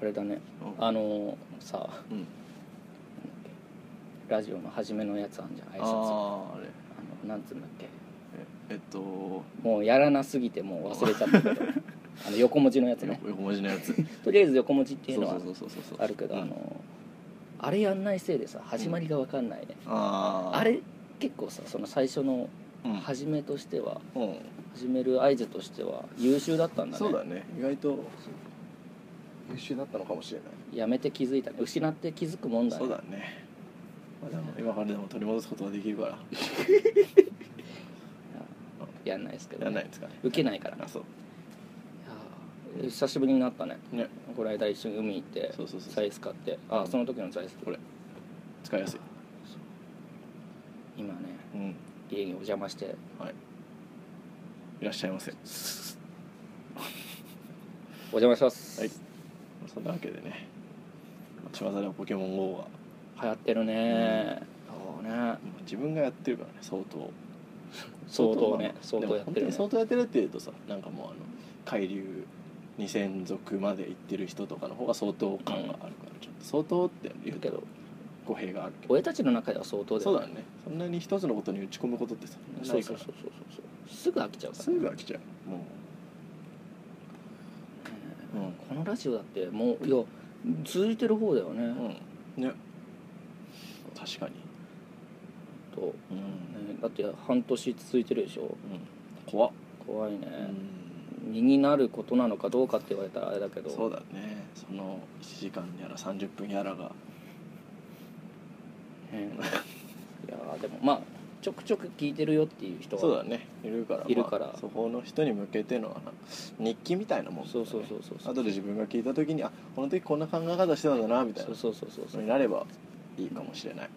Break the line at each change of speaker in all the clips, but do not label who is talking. あれだね
うん
あのさ
うん
ラジオの初めのやつあんじゃん挨拶
あ
あ
ああれ
のなんつうんだっけ
ええっと
もうやらなすぎてもう忘れちゃった けどあの横文字のやつね
横横文字の やつ
とりあえず横文字っていう
そう
の
そ
は
うそうそうそう
あるけど
うん
あのあれやんないせいでさ始まりが分かんないね、
あー
あれ結構さその最初の
うん
始めとしては
う
始める合図としては優秀だったん
ん
だね
そうだね意外と優秀だったのかもしれない
やめて気づいたね失って気づくもんだね
そうだね、まあ、でも今からでも取り戻すことができるから
やんないですけど、
や
ね、
んないですかね
受けないから
あそう
いやー久しぶりになったね
ね
この間一緒に海行って
そうそうそう
座椅子買ってあその時の座椅子
これ使いやすい
今ね
うん
家にお邪魔して
はいいらっしゃいませはい
お邪魔します、
そんなわけでね巷ではポケモン GO は
流行ってるね、そうね
まあ自分がやってるからね相当
相当ね
相
相
当ま
当
あでも本
やって
当
る
に
ね
相当やってるっていうとさなんかもうあの海流2千族まで行ってる人とかの方が相当感があるから、ちょっと相当って言う
け
と
ど
語弊があるけど
俺たちの中では相当だ
そ
よ
うだねそんなに一つのことに打ち込むことってさ
そうそうそうそうそうそうすぐ飽きちゃう
ないから
か
す
らね、
ぐ飽きちゃうもううん
このラジオだってもういや続いてる方だよね、
うんね確かに
と
うん、
ねだって半年続いてるでしょ
うん、怖っ、
怖いね、
うん
身になることなのかどうかって言われたらあれだけど
そうだねその1時間やら30分やらが
ねいやーでもまあちょくちょく聞いてるよっていう人は
そうだねいるから
いるから
まあそこの人に向けてのなんか日記みたいなもんだね、
そうそうそうそうそう
後で自分が聞いた時にあこの時こんな考え方してたんだなみたい
そ
な
うそうそうそうそ
の
う
になればいいかもしれない、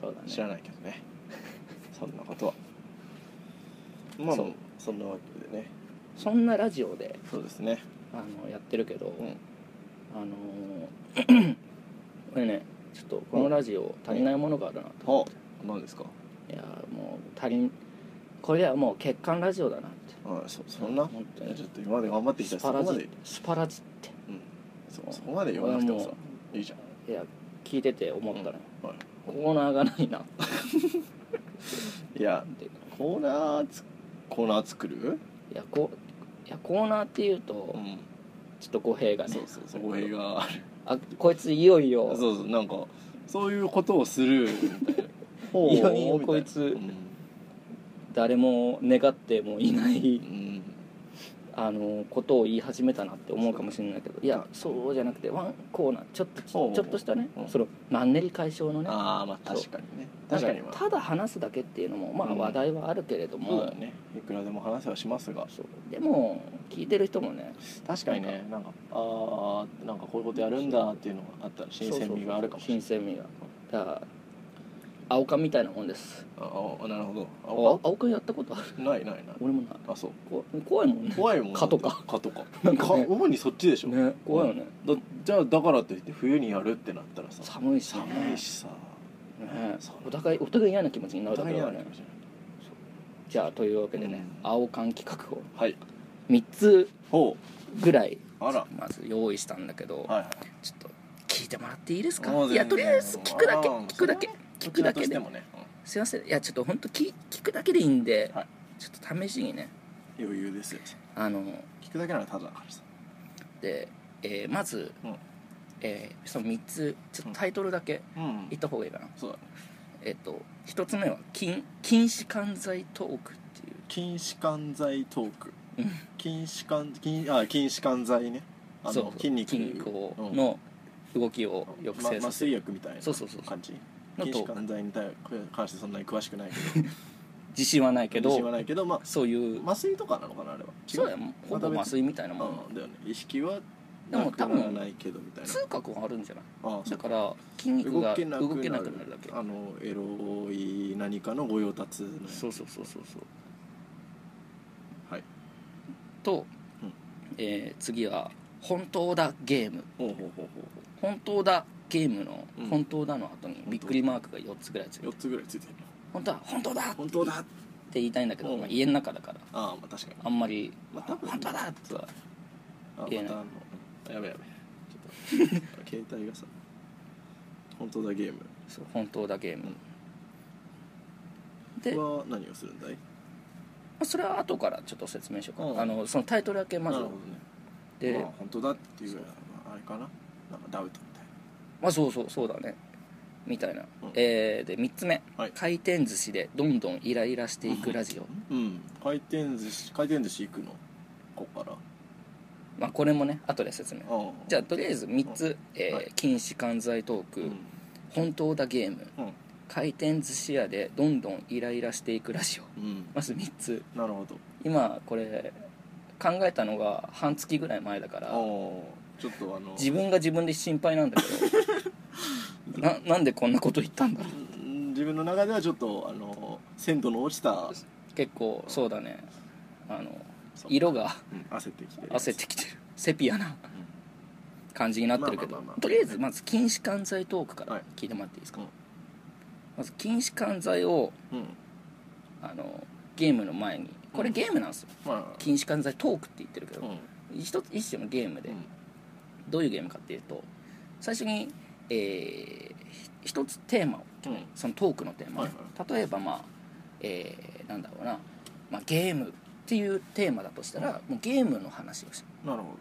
そうだね
知らないけど ねそんなことはまあ
そう
そんなわけでね
そんなラジオで
そうですね
あのやってるけど、
うん
あのー これねちょっとこのラジオ足りないものがあるなと、
ほう何ですか
いやーもう足りんこれはもう欠陥ラジオだなって
あそそんな
本当に
ちょっと今まで頑張ってきた
ス
しそ
パ
こ
ラ
まで
ジ、スパラジって
うん、そそこまで言わなくてもさ
俺はも
いいじゃん
いや聞いてて思ったの、
うんはい
コーナーがないなっ
いや
てい
コーナーつコーナー作る、
やこういやコーナーっていうと
うん、
ちょっと語弊がね
そうそうそう語弊がある
あこいついよいよ
そうそうなんかそういうことをするみ たいなほ
いよいよ
みたな
こいつ
うん、
誰も願ってもいない
うん
あのことを言い始めたなって思うかもしれないけどいやそうじゃなくてワンコーナーちょっとち
おうおう
ちょっとしたね
うん
そのマンネリ解消のね
ああまあ
そう
確かにね確かにま
なん
あ
ただ話すだけっていうのもまあ
うん
話題はあるけれども、
そうだよねいくらでも話はしますが
そうでも聞いてる人もね
確かにねなんかああなんかこういうことやるんだっていうのがあったら新鮮味があるかもしれない
そうそうそう新鮮味がだから青缶みたいなもんです
ああなるほどあ
青青缶やったことある
あないないない
俺もない
あそう
こ怖いもんね
怖いもん
蚊とか
蚊とか
なんかね
蚊主にそっちでしょ、
ね怖いよね
だじゃあだからといって冬にやるってなったらさ
寒いしね
寒いしさ
ね
そう
お互いお互い嫌な気持ちに
お
なるだけ
互い
だ
や
か
るか
らね
もしれない
じゃあというわけでね、
うん
青缶企画を
はい
3つ
ほ
ぐらいう
あら
まず用意したんだけど、
はいはい
ちょっと聞いてもらっていいですか
もう
い
全
や
然
とりあえず聞くだけ
もう
聞くだけ
あー
聞くだ
こちらと
け
して
で
もね、
すいませんいやちょっと本当聞聞くだけでいいんで、
はい
ちょっと試しにね
うん余裕ですよ
あの
聞くだけならただだからさ
で、えーまず、
うん
えーその3つちょっとタイトルだけ
うん
言った方がいいかな、
そうだね
えっ、と1つ目は禁「禁止管罪トーク」っていう
禁止管剤トーク禁止管禁あ禁止管剤ねあの
そう
筋肉
筋肉をの動きを
うん
抑制
ま
さ
麻
せ
酔
る、
薬みたいな
そうそうそうそう
感じ
の
禁止
トーク
管剤に対関してそんなに詳しくないけど
自信はないけど
自信はないけどまあ
そういう
麻酔とかなのかなあれは
そうだよほぼ麻酔みたいな
う
もん、
んだよね意識は
でも
なく
多
な
分
らないけどみたいな
痛覚はあるんじゃない
あ
だから筋肉
動
が
けなく
動け
な
な
る
くなるだけ
あのエロい何かの御用達のやつ
そうそうそうそうそう
はい
と、
うん
えー次は「本当だゲーム
ほうほうほうほう」
「本当だゲーム」の
うん
「本当だ」の後にびっくりマークが4つぐらいついて
4
る
つぐらいついてる
「本当だ本当だ!」って
本当だあ
言いたいんだけど、
うん
まあ、家の中だから
あまあ確かに
あんまり
まあ
「本当だ!」とは
あま
言えない
たあのやべやべちょっと 携帯がさ本当だゲーム
そう本当だゲームで
は何をするんだい
それは後からちょっと説明しようか、
うん
あのそのタイトルだけまず
なるほどね
で、
まあ、本当だっていうぐらいはまああれかななんかダウトみたい
まあそうそうそうだねみたいな、
うん
えーで3つ目、
はい
回転寿司でどんどんイライラしていくラジオ、
なうん回転寿司回転寿司行くのここから
まあこれもね後で説明
あ
じゃあ
あ
とりあえず3つ、えー
はい
禁止管財トーク、
うん、
本当だゲーム
うん
回転寿司屋でどんどんイライラしていくラジオ
うん、
まず3つ
なるほど
今これ考えたのが半月ぐらい前だか
ああち
ら
ょっとあの
自分が自分で心配なんだけ どななんでこんなこと言ったんだろう
うん自分の中ではちょっとあの鮮度の落ちた
結構そうだねあの
そう
色が
うん焦ってきてる
焦ってきてるセピアな感じになってるけ
ま
ど
あまあまあまあ
とりあえずまず禁止管罪トークか
は
ら
い
聞いてもらっていいですか、
うん
まず禁止管罪を
うん、うん、
あのゲームの前にこれ
うん
ゲームなんですよ
まあ
禁止管罪トークって言ってるけ
うん
ど、一つ一種のゲームで
うん
どういうゲームかっていうと最初に、えーひ一つテーマを
うん
そのトークのテーマ、
はい
例えばまあ、えーなんだろうな、まあ、ゲームっていうテーマだとしたら、もうゲームの話をし
なるほ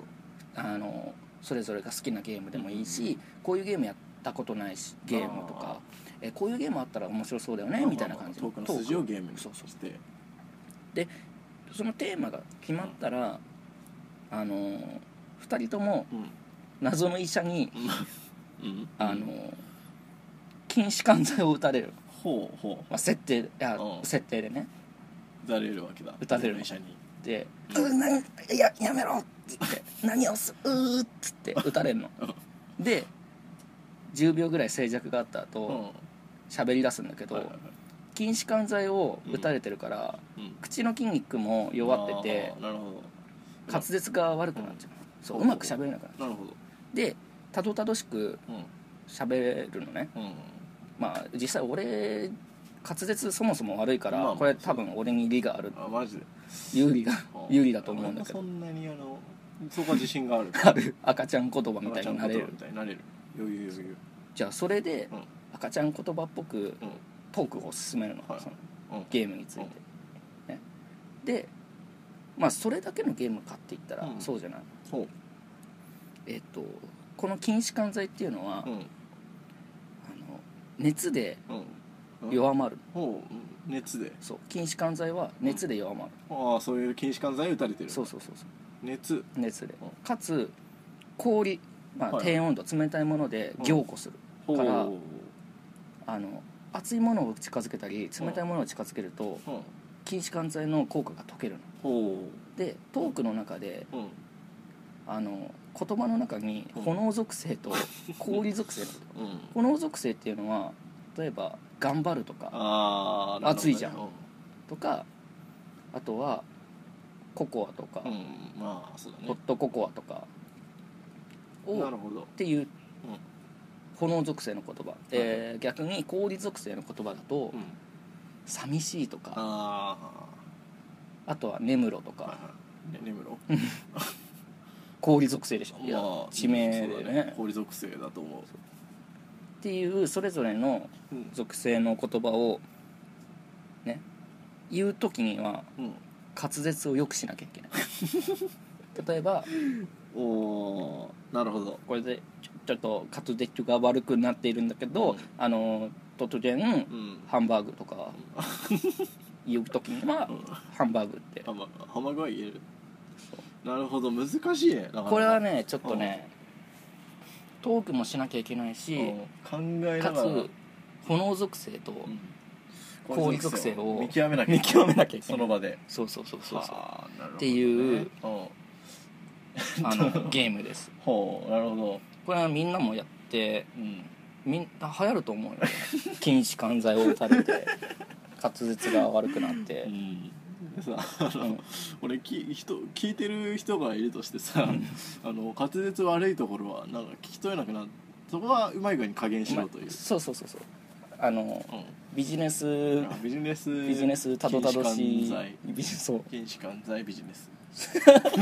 あのそれぞれが好きなゲームでもいいし、こういうゲームやったことないしゲームと
あ
か、えーこういうゲームあったら面白そうだよね
ど
みたいな感じ
まあまあトークの筋をゲームに
そうそう
して
そのテーマが決まったら、あのー二人とも
うん
謎の医者に、
うん
あの禁止管罪を打たれる、
ほうほ
まあ、設定いや
うん
設定でね
う打たれるわけだ
打たれる
医者に
で「
うん
うーなんややめろ!」っつって「何をすうー」っつって 打たれるので10秒ぐらい静寂があった
うん
後喋り出すんだけ
はいはい
ど
はい
禁止管罪を打たれてるから、
うん
口の筋肉も弱ってて
あーなるほど
滑舌が悪くなっちゃう、そう
うん
うまく喋れなくなる
なるほど
でたどたどしく
う
喋るのね
んうん
まあ実際俺滑舌そもそも悪いから、
まあまあ
これ多分俺に利がある
あマジで
有利が
あー
有利だと思うんだけど
俺もそんなにあのそこは自信がある
ある赤ちゃん言葉 みた
赤
いになれ
ちゃん言葉
る
みたいになれる余裕余裕
じゃあそれで
うん
赤ちゃん言葉っぽくトークを進めるの,、
はい
その
うんうん
ゲームについて、ね、でまあそれだけのゲームかって言ったら、
うん
そうじゃない
ほ
えっとこの禁止管罪っていうの
う
は、あ
ん
の熱で
うん
弱まる、
ほううん熱で
そう禁止管罪は熱で弱まる、
ああそういう禁止管剤打たれてる
そうそうそうそう
熱
熱で
うん
かつ氷、まあ、
はい
低温度冷たいもので凝固する、
ほう
か
う
ら
ん
あの熱いものを近づけたり冷たいものを近づけると筋弛緩剤の効果が解けるの
ほ
でトークの中で
ううん
あの言葉の中に
うん
炎属 性と氷属性
うん
炎属性っていうのは例えば「頑張る」とか
ああ
熱いじゃん
うん
とかあとは「ココア」とか
うんまあそうだ
「
ね
ホットココア」とかを
なる
っ
ほど
ていう炎属性の言葉、えー逆に氷属性の言葉だと
うん
「寂しい」とか
あ
あとは「眠ろ」と
あ
か
はいね眠ろ
氷属性でしょ、いや
まあ
地名で
そうだ
ね
氷属性だと思う
っていうそれぞれの
うん
属性の言葉をね言う時には
うん
滑舌を良くしなきゃいけない 例えば
おーなるほど
これでちょちょっと滑舌が悪くなっているんだけど、
うん
あの突然
うん
ハンバーグ とか言う時には
うん
ハンバーグって
ハマハマグは言えるなるほど難しいねなかなか
これはねちょっとねトークもしなきゃいけないし
うん考えな
か
がら
つ炎属性と
うん
氷属性を
見極めなきゃ
見極めなきゃいけない
その場で
そうそうそうそうそう
はあなるほどね
っていう
うん
あ のゲームです
ほうなるほど
これはみんなもやって
うん
みんな流行ると思うよ 禁止管罪を打たれて滑舌が悪くなって
でさ あの、
うん
俺き人聞いてる人がいるとしてさ あの滑舌悪いところはなんか聞き取れなくなそこはうまい具合に加減しろという、
そうそうそうそうあの
う
ビジネス
ん、あビジネス
ビジネスたどたどし
禁
い
止管
ビジそう
財禁止管財ビジネス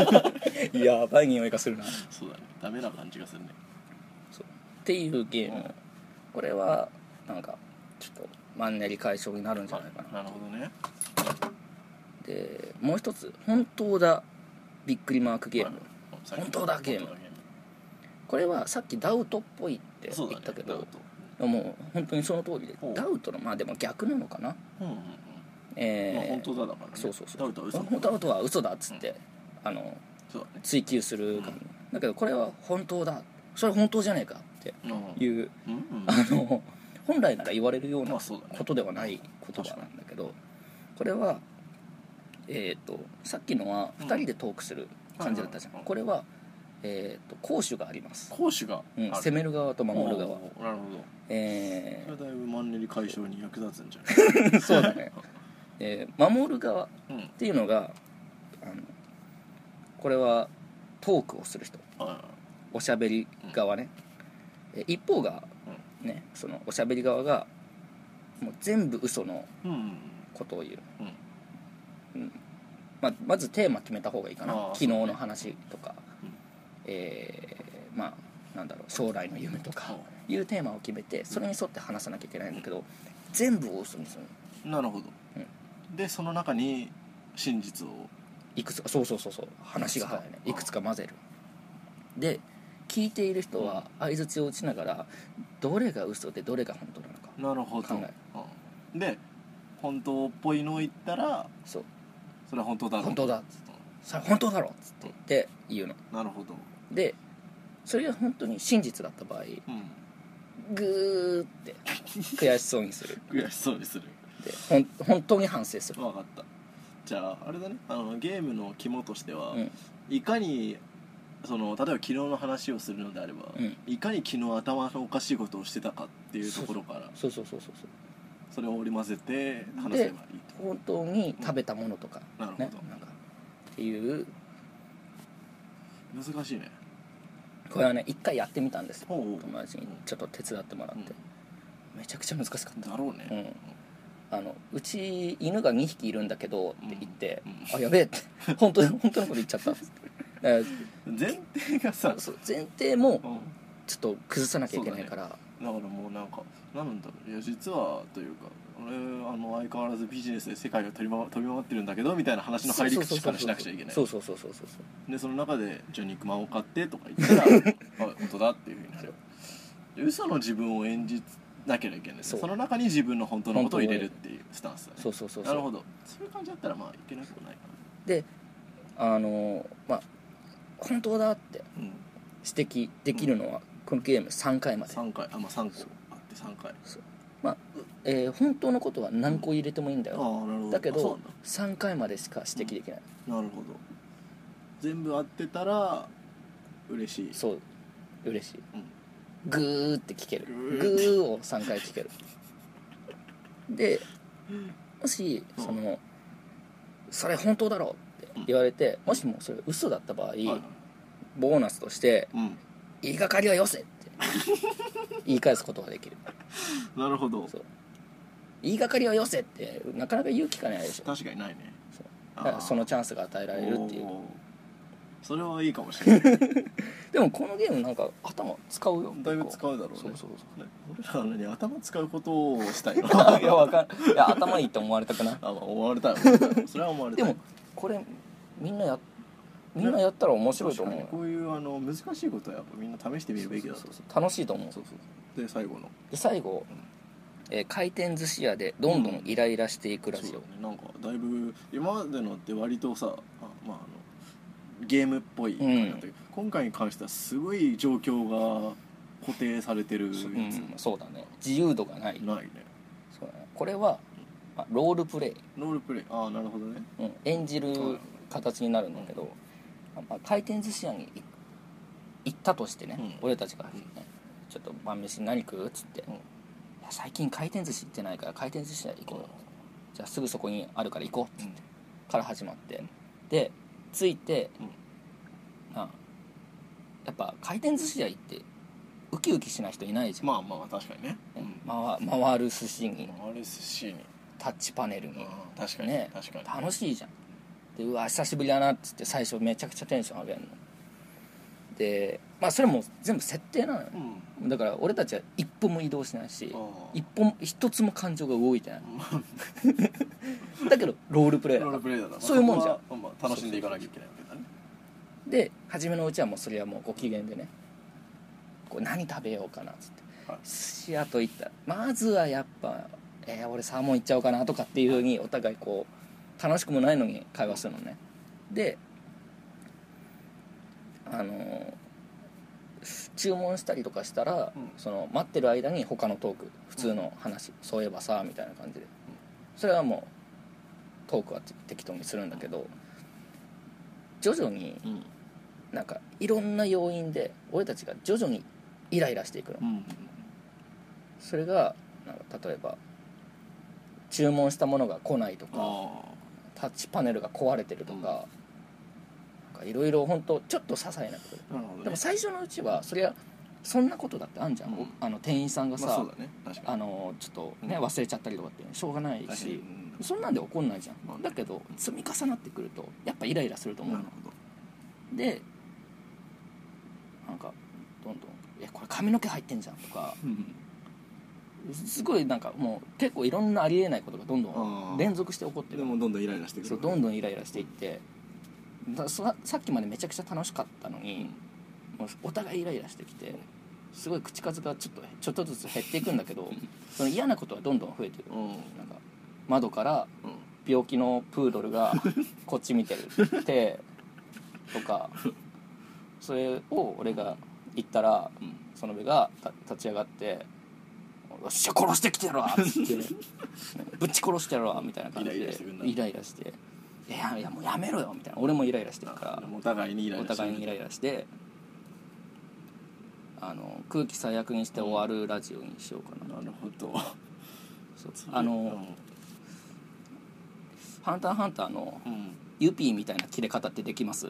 やばい匂いがするな
そうだねダメな感じがするね
っていうゲーム、これはなんかちょっとマンネリ解消になるんじゃないか
な
な、
るほどね
でもう一つ「本当だびっくりマークゲーム」本当だゲーム
本当だ
これはさっきダウトっぽいって
そ
言
うだ
ったけ
ねダ
ど、
ウト
もう本当にその通りで
ほう
ダウトのまあでも逆なのかな
うんうんうん
えー
まあ本当だだからね
そうそうそう
ダウトは嘘だ
本当ダウトは嘘だっつって、あの
そうだね
追求する感じ、だけどこれは本当だそれ本当じゃねえかって
うん
いう
うんうん
あの本来なら言われるよう
ま
な
あそうだね
ことではない言葉なんだけどこれはえっ、とさっきのは
うん
2人でトークする感じだったじゃん、
はいはいはい
これは、えー、と攻守があります、
攻守が
うん、
ある
攻める側と守る
おう
側
おうなるほど
え
それはだいぶマンネリ解消に役立つんじゃ
ー そうだね、えー守る側っ
ない
ていうのがあのこれはトークをする人
うんあ
おしゃべり側ね、え一方が、ね、そのおしゃべり側がもう全部嘘の
うんうんうん
ことを言う、
うん
うんまあ、まずテーマ決めた方がいいかな
あー
昨日の話とか、
うん
えーまあなんだろう将来の夢とかいうテーマを決めてそれに沿って話さなきゃいけないんだけど、全部を嘘にする
なるほど、でその中に真実を
いくつかそうそうそうそう話が早いね
い
い
く
く
つ
つ
か
か混ぜるで聞いている人は相づちを打ちながらどれが嘘でどれが本当なの
な
か
るほど、
考え
うんで本当っぽいのを言ったら
そう
それは本当だろう
本当ださ本当だろっつって言って言うの
なるほど
でそれが本当に真実だった場合
うん
グーって悔しそうにする
悔しそうにする
でほん本当に反省する
分かったじゃああれだねあのゲームの肝としては、
うん
いかにその例えば昨日の話をするのであれば、
うん
いかに昨日頭のおかしいことをしてたかっていうところから
そうそうそうそうそう
それを織り交ぜて話せばいいと
本当に食べたものとか、
なるほど
ねなんかっていう
難しいね
これはね一回やってみたんですよ
ほうほう
友達にちょっと手伝ってもらって、めちゃくちゃ難しかった
だろうね、
うんあのうち犬が2匹いるんだけどって言って「
うん
あやべえ」って本当本当のこと言っちゃったっつってだから
前提がさ、
そう前提も
うん
ちょっと崩さなきゃいけないから、
だからもうなんかなんだろういや実はというか俺あの相変わらずビジネスで世界を飛び,、飛び回ってるんだけどみたいな話の入り口からしなくちゃいけない
そうそうそうそうそうそう
でその中で「じゃあ肉まんを買って」とか言ったら 「あ本当だ」っていうふうになるで嘘の自分を演じなければいけない
そ
そうの中に自分の本当のことを入れるっていうスタンスだね
そうそうそうそ
な
う
るほどそういう感じだったらまあいけなくもないかな
であのまあ本当だって
うん
指摘できるのは、このゲーム3回まで、
3回あまあ3個あって3回
まあうえー本当のことは何個入れてもいいんだ
ああなる
よ、
ほど
だけ
あそう
ど
なんだ
3回までしか指摘できない、
なるほど全部合ってたら嬉しい
そう嬉しい、
うん
グーって聞ける
グ
グ
ーって
ーを3回聞けるでもし
うん
その「それ本当だろ」って言われてもしもそれ嘘だった場合
はい
ボーナスとして
うん
「言いがかりはよせ」って言い返すことができる
なるほど
そう言いがかりはよせってなかなか勇気かないでしょ
確かにないね
そう
あー
だからそのチャンスが与えられるっていう
おーそれはいいかもし れない
でもこのゲームなんか頭使うよ
だいぶ使うだろうね
そうそうそう
ね俺らのに頭使うことをした い
いやわかんいや頭いいって思われたくない
あ、まあ、思われたい思われたいそれは思われた
で
い
もこれみんなやみんなやったら面白いと
確か
思う
に
よ
こういうあの難しいことはやっぱみんな試してみるべきだと
そうそうそう楽しいと思う
そうそうで最後の
で最後、えー回転寿司屋でどんどんイライラしていくラジ
そ
オ
う、だねなんかだいぶ今までのって割とさあまああのゲームっぽい感じだったけど、今回に関してはすごい状況が固定されてるやつ、
うんそうだね自由度がない、
ないね
そうだね、これは、まあロールプレイ、
ロールプレイああなるほどね
うん、演じる
そうだね
形になるんだけど、まあ、回転寿司屋に行行ったとしてね、
うん
俺たちが、ねちょっと晩飯何食う?」っつって、
うん
いや最近回転寿司行ってないから回転寿司屋行こうよ」じゃあすぐそこにあるから行こう」っつって
うん
から始まってで着いて、
うん
まあやっぱ回転寿司屋行ってウキウキしない人いないじゃん、
まあまあまあ確かにね、うん
ま回回る寿司に
あれ寿司に、
タッチパネル
うん
に、
確かに、
ね
確かに
楽しいじゃんでうわ久しぶりだなっつって最初めちゃくちゃテンション上げるのってまあそれも全部設定なのよ
う
ね
ん
だから俺たちは一歩も移動しないし
あ
一歩も一つも感情が動いてないだけどロールプレイ
ー
だ
ロー
から
ルプレイだな
そういうもんじゃん
そこはまあ楽しんでいかなきゃいけないわけだね
で初めのうちはもうそれはもうご機嫌でねこう何食べようかなっつって
はい
寿司屋といったらまずはやっぱ、えー俺サーモンいっちゃおうかなとかっていうふうにお互いこう楽しくもないのに会話するのねであのー注文したりとかしたら、
うん
その待ってる間に他のトーク普通の話、そういえばさみたいな感じでそれはもうトークは適当にするんだけど徐々に
うん
なんかいろんな要因で俺たちが徐々にイライラしていくの
うん
それがなんか例えば注文したものが来ないとか
あ
タッチパネルが壊れてるとかなんかいろいろ本当ちょっと些細なことで
あなるほど
で
ね
も最初のうちはそりゃそんなことだってあんじゃん、
うん
あの店員さんが
まあ
さ、
そうだね確か
あ
に
のちょっとね
うん
忘れちゃったりとかってしょうがない
確かに
し
うん
そんなんで怒んないじゃ
まあ
ん
ね
だけど積み重なってくるとやっぱイライラすると思う
な
の
るほど
でなんかどんどん「いやこれ髪の毛入ってんじゃん」とか
うん
すごいなんかもう結構いろんなありえないことがどんど
あ
ん
ー
連続して起こって
で
る
もどんどんイライラしてくる
そうどん
どん
どんイライラしていってだささっきまでめちゃくちゃ楽しかったのに、もうお互いイライラしてきてすごい口数がちょっとちょっとずつ減っていくんだ けどその嫌なことはどんどん増えてる
うん
なんか窓から
うん
病気のプードルがこっち見てるってとかそれを俺が言ったら
うん
その上がた立ち上がって「よっしゃ殺してきてやろ!」っ つって「ぶち殺してやろ!」みたいな感じで
イライラしてくんな
イライラしていやいやもうやめろよ」みたいな俺もイライラしてるか
お互いにイラ
ら
イ
お
ラして
互いにイライラしてあの空気最悪にして終わるラジオにしようかな、
なるほど
そうあの「ハンターハンター」の
うんうん
ユピーみたいな切れ方ってできます
え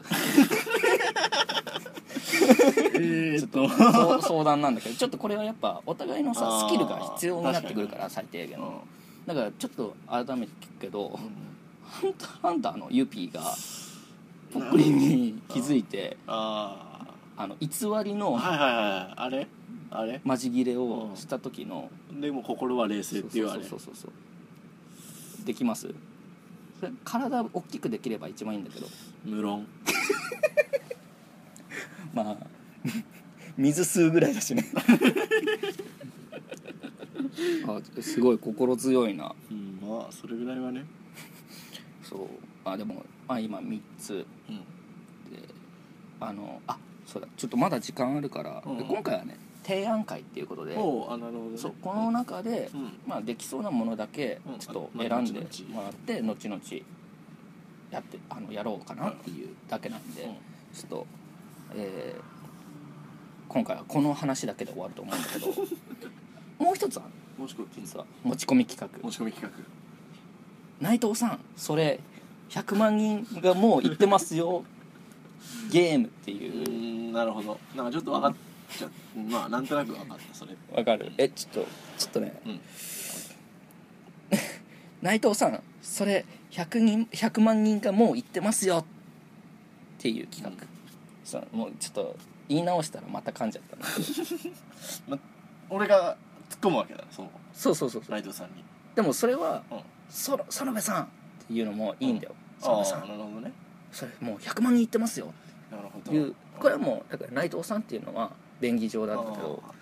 ーっと
そう 相談なんだけどちょっとこれはやっぱお互いのさ
あー
スキルが必要になってくるから
確
最低限の
う
だからちょっと改めて聞くけど、
ん
ハンターハンターのユピーがポックリに気づいて
あ
あの偽り
あ
の
はいはいはいあれあれ
マジ切れをした時の
でも心は冷静っていうあれ
そうそうそうそうできますそれ体大きくできれば一番いいんだけど
無論
まあ水吸うぐらいだしね あすごい心強いな
うんまあそれぐらいはね
そうあでもあ今3つ
うん
であのあそうだちょっとまだ時間あるから、
うん
で今回はね提案会っていうことで
おうあなるほどね
そうこの中で、
うん
まあ、できそうなものだけ
うん
ちょっと
まあ
選んでもらって後々やってあのやろうかなっていうだけなんで、
うん
ちょっと、えー今回はこの話だけで終わると思うんだけど もう一つある
もしこ
実は持ち込み企
持
画
ち込み企画
内藤さんそれ100万人がもう行ってます よゲームって
う
いう。
んなるほどなんかちょっと分かっちゃうまあなんとなく分かったそれ
わかるえちょっとちょっとね、
うん
内藤さんそれ100人100万人がもう行ってますよっていう企画、そのもうちょっと言い直したらまた噛んじゃったな
ま俺が突っ込むわけだなそう
そうそうそうそう
内藤さんに
でもそれは
うん
「その園部さん」っていうのもいいんだよ「園部さ
あー
ん
なるほどね
それもう100万人行ってますよ」
なるほ
って
ど
いうこれはもうだから内藤さんっていうのは便宜上なんだけど
あ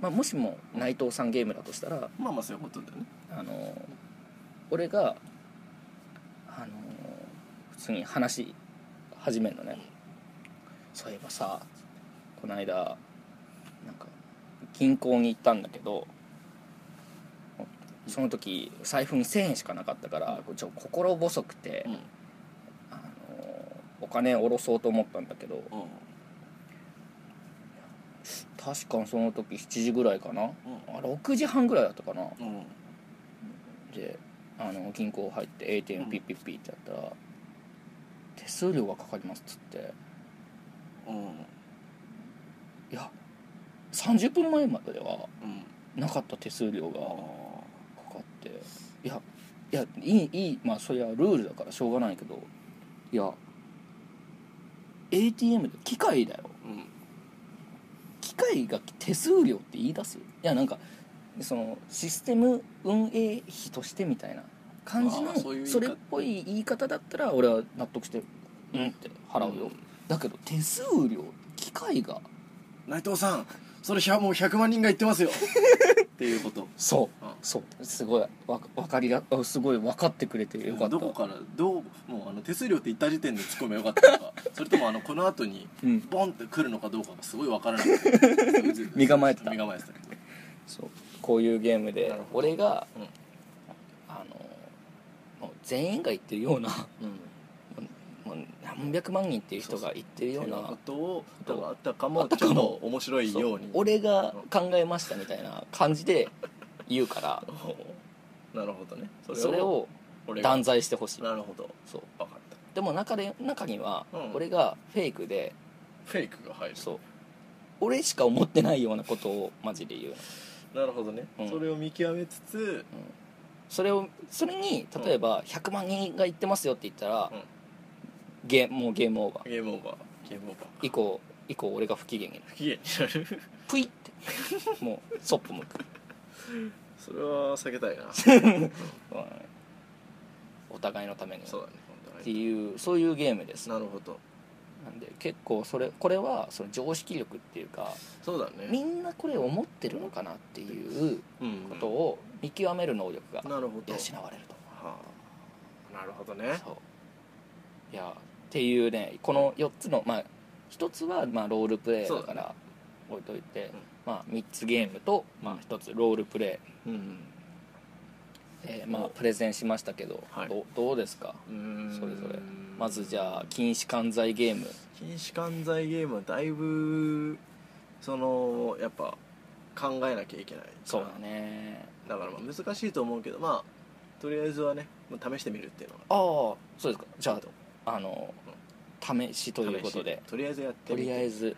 まあ、もしも内藤さんゲームだとしたら
ーまあまあそういうことだよね
あの俺があの普通に話し始めるのねそういえばさこの間なんか銀行に行ったんだけどその時財布に1000円しかなかったからちょっと心細くて、
うん
あのお金下ろそうと思ったんだけど
うん
確かその時7時ぐらいかな
う
あ6時半ぐらいだったかなん
うん
であの銀行入って ATM ピッピッピッってやったら、手数料がかかりますっつって
うん
いや30分前まででは
うん
なかった手数料が
あ
かかっていやいやいいいいまあそりゃルールだからしょうがないけどいや ATM で機械だよ
ーうん
械が手数料って言い出すいやなんかそのシステム運営費としてみたいな感じ
あ
の
ーそういう言い方
それっぽい言い方だったら俺は納得してうんって払うよ、だけど手数料機械が
内藤さんそれひゃもう100万人が言ってますよっていうこと
そう
あ
そうすごいわわかりがあすごい分かってくれてよかった
どこからどうもうあの手数料って言った時点で突っ込めばよかったのかそれともあのこの後に
うん
ボンって来るのかどうかがすごいわからない
身構えてた
身構えてた
そうこういうゲームで
なるほど
俺が、
うん
あのもう全員が言ってるような
うん
もう何百万人っていう人が言ってるような
ことを
と
あったか
あ
も
っ
ちょ
た
っ
かも
と面白いように
そう俺が考えましたみたいな感じで 言うから
なるほどねそ
それを
俺が
断罪してほしい
なるほど
そう
分かった
でも中で中には
うん
俺がフェイクで
フェイクが入る
そう俺しか思ってないようなことをマジで言うの
なるほどね、
うん
それを見極めつつ
それをそれに例えば100万人が言ってますよって言ったら、
うん
ゲもうゲームオーバー
ゲームオーバーゲームオーバー
以降以降俺が不機嫌になる
不機嫌になる
プイってもうそっぽ向く、
それは避けたい な
うんお互いのために
そうだね
っていうそういうゲームです
なるほど
なんで結構それこれはその常識力っていうか
そうだ
み
ね
んなこれ思ってるのかなっていう
うん
ことを見極める能力が
なるほど
養われると
はあなるほどね
そういやっていうねこの4つのまあ1つはまあロールプレイだ
そう
か
だね
ら置いといて、
ん
まあ、3つゲームと、まあ、1つロールプレ
うんうん
イ、えーまあ、プレゼンしましたけど、
はい
どどうですか
うーん
それぞれまずじゃあ禁止管罪ゲーム
禁止管罪ゲームはだいぶそのやっぱ考えなきゃいけないから
そうだね
だからまあ難しいと思うけどまあとりあえずはねもう試してみるっていうのが
ああそうですかじゃ
ちょっ
ああの試しということで
試しとりあえずやって
と
みて
りあえず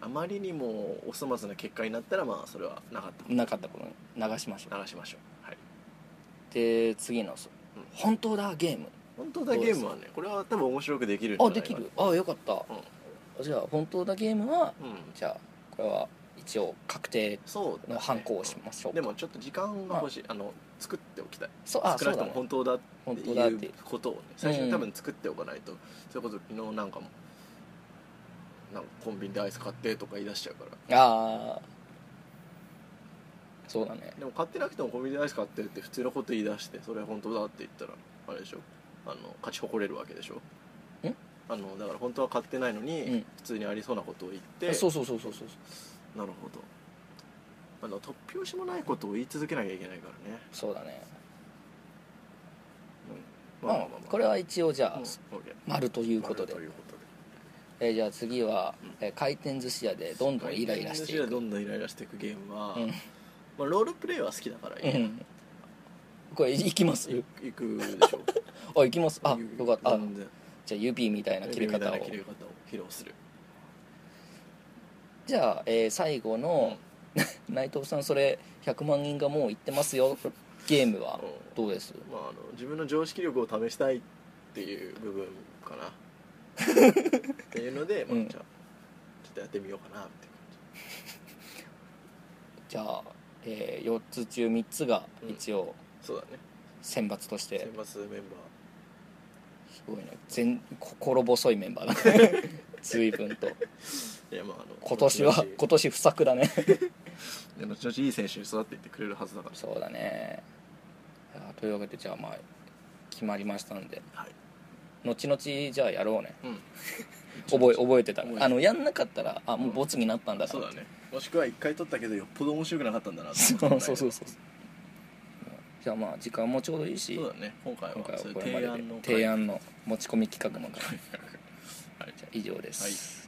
あまりにもお粗末な結果になったらまあそれはなかったこ
なかったことに流しましょ
と流しましょうはい
うで次のそ
うん
「本当だゲーム
本当だゲームはねこれは多分面白くできるん」じゃ
あ
ない
で
か
き
な
るあよかった
うん
じゃあ「本当だゲームは」
うん
じゃあこれは一応確定
そうだね
の判行をしましょう
でもちょっと時間が欲しいあの作っておきたい
そうあ
少
そ
なくと
うだ
も
ね
本当だっ
本
て
当だっ
い
て
うことをね最初
うん
に多分作っておかないとそれこそ昨日なんかもなんかコンビニでアイス買ってとか言い出しちゃうから
ああそうだね
でも買ってなくてもコンビニでアイス買ってって普通のこと言い出してそれ本当だって言ったらあれでしょあの勝ち誇れるわけでしょ
ん
あのだから本当は買ってないのに、
うん
普通にありそうなことを言って
あそうそうそうそうそう
なるほどあの突拍子もないことを言い続けなきゃいけないからね、
そうだね
うん、
まあこれは一応じゃ
う
あ
ん OK
丸ということで
ということで
えーじゃあ次は、えー回転寿司屋でどんどんイライラして
回転寿
い
司は
く
どんどんイライラしていくゲームは、
うん
まあ、ロールプレイは好きだから
う
い
んこれいきますよ
いくでしょ
あいきますあよかったあ
全然
じゃあ指みたいな切れ方を
切れ方を披露する
じゃあ、えー最後の、 内藤さんそれ100万人がもう言ってますよゲームは
うん
どうです
まあ、あの自分の常識力を試したいっていう部分かなっていうの で、まあ
うん
じゃあちょっとやってみようかなって
じゃあ、え4つ中3つが一応
そうだね
選抜として、
選抜メンバ
すごいね全心細いメンバー だね随分と
ーいやまああの
今年は
後々
今年不作だね
いや後々いい選手に育っていってくれるはずだから
そうだねいやというわけでじゃあまあ決まりましたんで
はい、
後々じゃあやろうね
うん、
覚え覚えてた
覚えて
ら
た
あのやんなかったらあもうボツになったんだな
そうだねもしくは一回取ったけどよっぽど面白くなかったんだなって
そ
思ったんだ
う そ
けど
うそうそうじゃあまあ時間もちょうどいいし
そうだね今回は
今回は
そういう
これま
提
で
案
で
の回
提案の持ち込み企画の回
はい
じゃあ以上です、
はい